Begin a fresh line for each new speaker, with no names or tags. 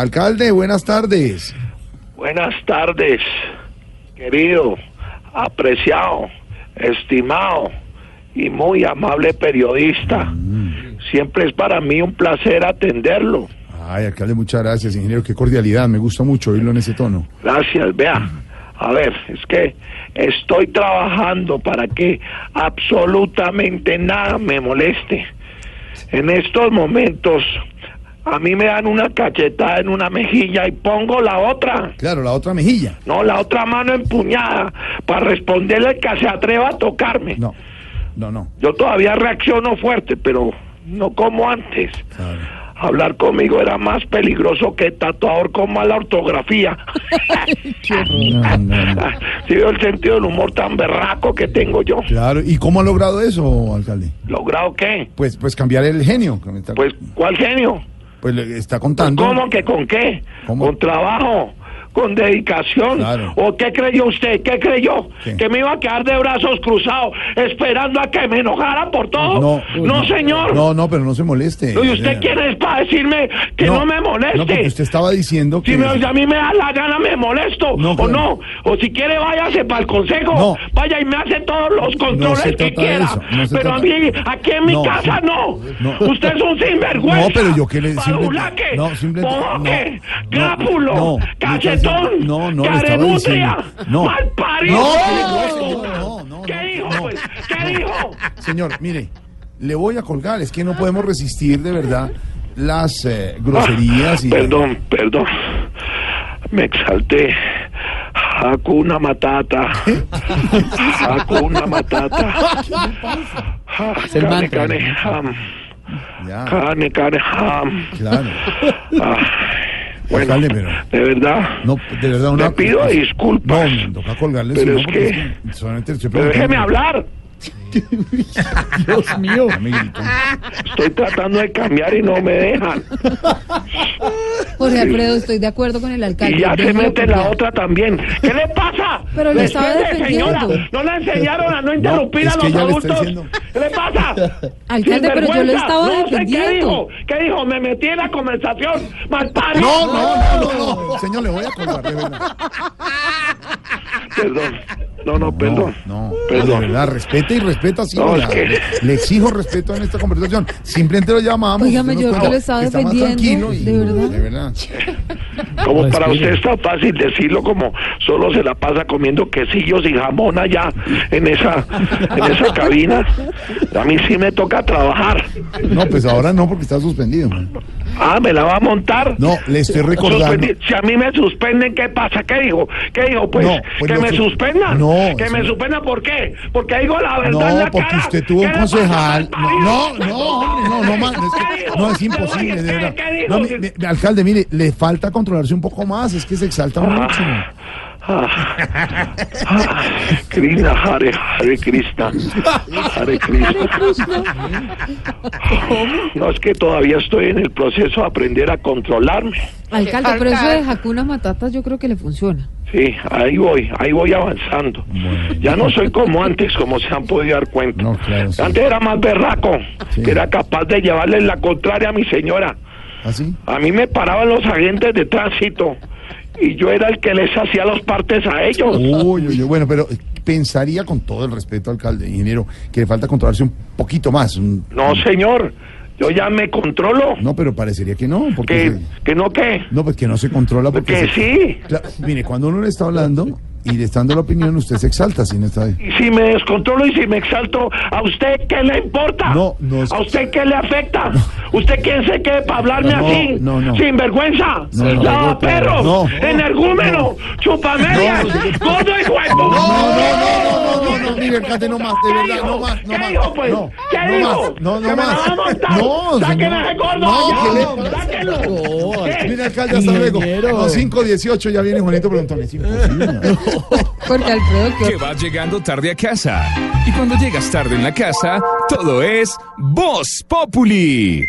Alcalde, buenas tardes.
Buenas tardes, querido, apreciado, estimado y muy amable periodista. Siempre es para mí un placer atenderlo.
Ay, alcalde, muchas gracias, ingeniero. Qué cordialidad, me gusta mucho oírlo en ese tono.
Gracias, vea. A ver, es que estoy trabajando para que absolutamente nada me moleste. En estos momentos a mí me dan una cachetada en una mejilla y pongo la otra.
Claro, la otra mejilla.
No, la otra mano empuñada para responderle al que se atreva a tocarme.
No, no, no.
Yo todavía reacciono fuerte, pero no como antes.
Claro.
Hablar conmigo era más peligroso que tatuador con mala ortografía.
No, no, no.
Si veo el sentido del humor tan berraco que tengo yo.
Claro, ¿y cómo ha logrado eso, alcalde?
¿Logrado qué?
Pues, pues cambiar el genio.
Pues, ¿cuál genio?
Pues le está contando.
¿Cómo que con qué?
¿Cómo?
Con trabajo, con dedicación.
Claro.
¿O qué creyó usted? ¿Qué creyó?
¿Qué?
¿Que me iba a quedar de brazos cruzados esperando a que me enojara por todo? señor.
No, no, pero no se moleste.
¿Y usted quién es para decirme que no, me moleste?
No, porque usted estaba diciendo que.
Si me- a mí me da la gana, me molesto.
No,
o
claro.
no. O si quiere, váyase para el consejo.
No.
Vaya y me hace todos los
No se
controles que
trata de
quiera.
eso, no se
pero a
trata-
mí, aquí en mi
No,
casa,
sí.
no.
No.
Usted es un sinvergüenza.
No, pero yo qué le- simple-
Parulaque,
no, simple-
boboque,
no, no,
Grápulo.
no, yo estaba-
cachetón.
no, no, le estaba
Carenutria.
diciendo- no.
malparido,
No,
hijo de
señor,
puta.
no, no,
¿Qué
no,
dijo,
no.
pues? ¿Qué dijo?
Señor, mire, le voy a colgar. Es que no podemos resistir de verdad las eh, groserías y.
Perdón, perdón. Me exalté. Hakuna Matata. Hakuna Matata. Ah, Cane,
mantra.
cane, ham.
Ya,
Cane, cane, ham.
claro.
Ah, bueno,
Alcalde, pero-
de verdad.
No, pues, de verdad, una.
Le pido disculpas.
No, me toca colgarle.
Pero
sino
es
porque
que-
es que Solamente le estoy
Pero déjeme
preguntando.
hablar.
Dios mío.
Ya me gritó.
Estoy tratando de cambiar y no me dejan.
Jorge Alfredo, estoy de acuerdo con el alcalde.
Y ya se
déjelo
mete la
opinar.
otra también. ¿Qué le pasa?
Pero lo estaba
Despierte, señora.
defendiendo.
No la enseñaron a no interrumpir
es
a
que
los
ella le está
adultos.
diciendo.
¿Qué le pasa?
Alcalde, pero yo lo
Sinvergüenza.
estaba
no sé qué dijo.
defendiendo.
¿Qué dijo? Me metí en la conversación. Malparido.
No, no, no, no, no. Señor, le voy a colgar, de verdad.
Perdón. No, no,
No,
perdón.
no.
Perdón.
De verdad, respeta y respeta sí,
No,
la-
es que-
Le exijo respeto en esta conversación. Simplemente lo llamamos.
Óigame,
usted nos
yo
cuenta
que lo estaba
que está más
defendiendo,
tranquilo
de verdad.
De verdad.
Como para
Respire.
usted está fácil decirlo, como solo se la pasa comiendo quesillos y jamón allá en esa, en esa cabina. A mí sí me toca trabajar.
No, pues ahora no, porque está suspendido. man.
Ah, me la va a montar.
No, le estoy recordando.
Suspendi- pues, Si a mí me suspenden, ¿qué pasa? ¿Qué digo? ¿Qué digo? Pues,
No, pues
que
lo
me
que-
suspendan.
No,
que me
señor.
suspendan, ¿por qué? Porque digo la verdad. en
No,
la
porque
cara.
usted tuvo un
¿Qué le pasa,
concejal.
malparido?
No, no, hombre, no, no, más.
¿Qué
Es que-
dijo?
no, es
¿Qué
imposible,
oye?
de
¿Qué-
verdad.
qué dijo?
No, mi- mi- mi alcalde, mire, le falta controlarse un poco más. Es que se exalta
Ah,
mucho.
ah, Krishna, Hare, Hare Krishna. Hare Krishna. No, es que todavía estoy en el proceso de aprender a controlarme.
Alcalde, pero eso de Hakuna Matata yo creo que le funciona.
Sí, ahí voy, ahí voy avanzando.
Bueno.
Ya no soy como antes, como se han podido dar cuenta.
No, claro, sí.
Antes era más berraco,
Sí.
que era capaz de llevarle la contraria a mi señora.
¿Así?
A mí me paraban los agentes de tránsito y yo era el que les hacía los partes a ellos.
Uy, uy, uy, bueno, pero eh, pensaría con todo el respeto, alcalde, ingeniero, que le falta controlarse un poquito más. un-
No, señor, yo ya me controlo.
No, pero parecería que no, porque...
Que, que no, que,
No, pues que no se controla porque...
que
se-
sí.
Cla- mire, cuando uno le está hablando y le está dando la opinión, usted se exalta si no está ahí.
Y si me descontrolo y si me exalto, ¿a usted qué le importa?
No, no es-
¿A usted qué le afecta? ¿Usted quién se quede para hablarme
No,
así?
no, no.
Sin vergüenza.
No, no.
Lavaperros.
No.
Energúmeno. Chupamedias. Gordo y huevo.
No, no, no, no, no, no, no, mire, alcalde, no más, de
¿Qué
verdad,
dijo?
no más, no
¿Qué
más.
dijo, pues?
No,
¿Qué
no
dijo?
más, no,
¿Que
no
me la
más.
van a montar?
No,
Sáquenme
señor.
ese gordo
No,
allá.
¿qué le pasa?
Sáquenlo. ¿Qué?
Mire, alcalde, hasta luego. No, 5.18, ya viene Juanito Preguntón. Es imposible.
Jorge Alfredo, ¿qué
que vas llegando tarde a casa. Y cuando llegas tarde en la casa, todo es Voz Populi.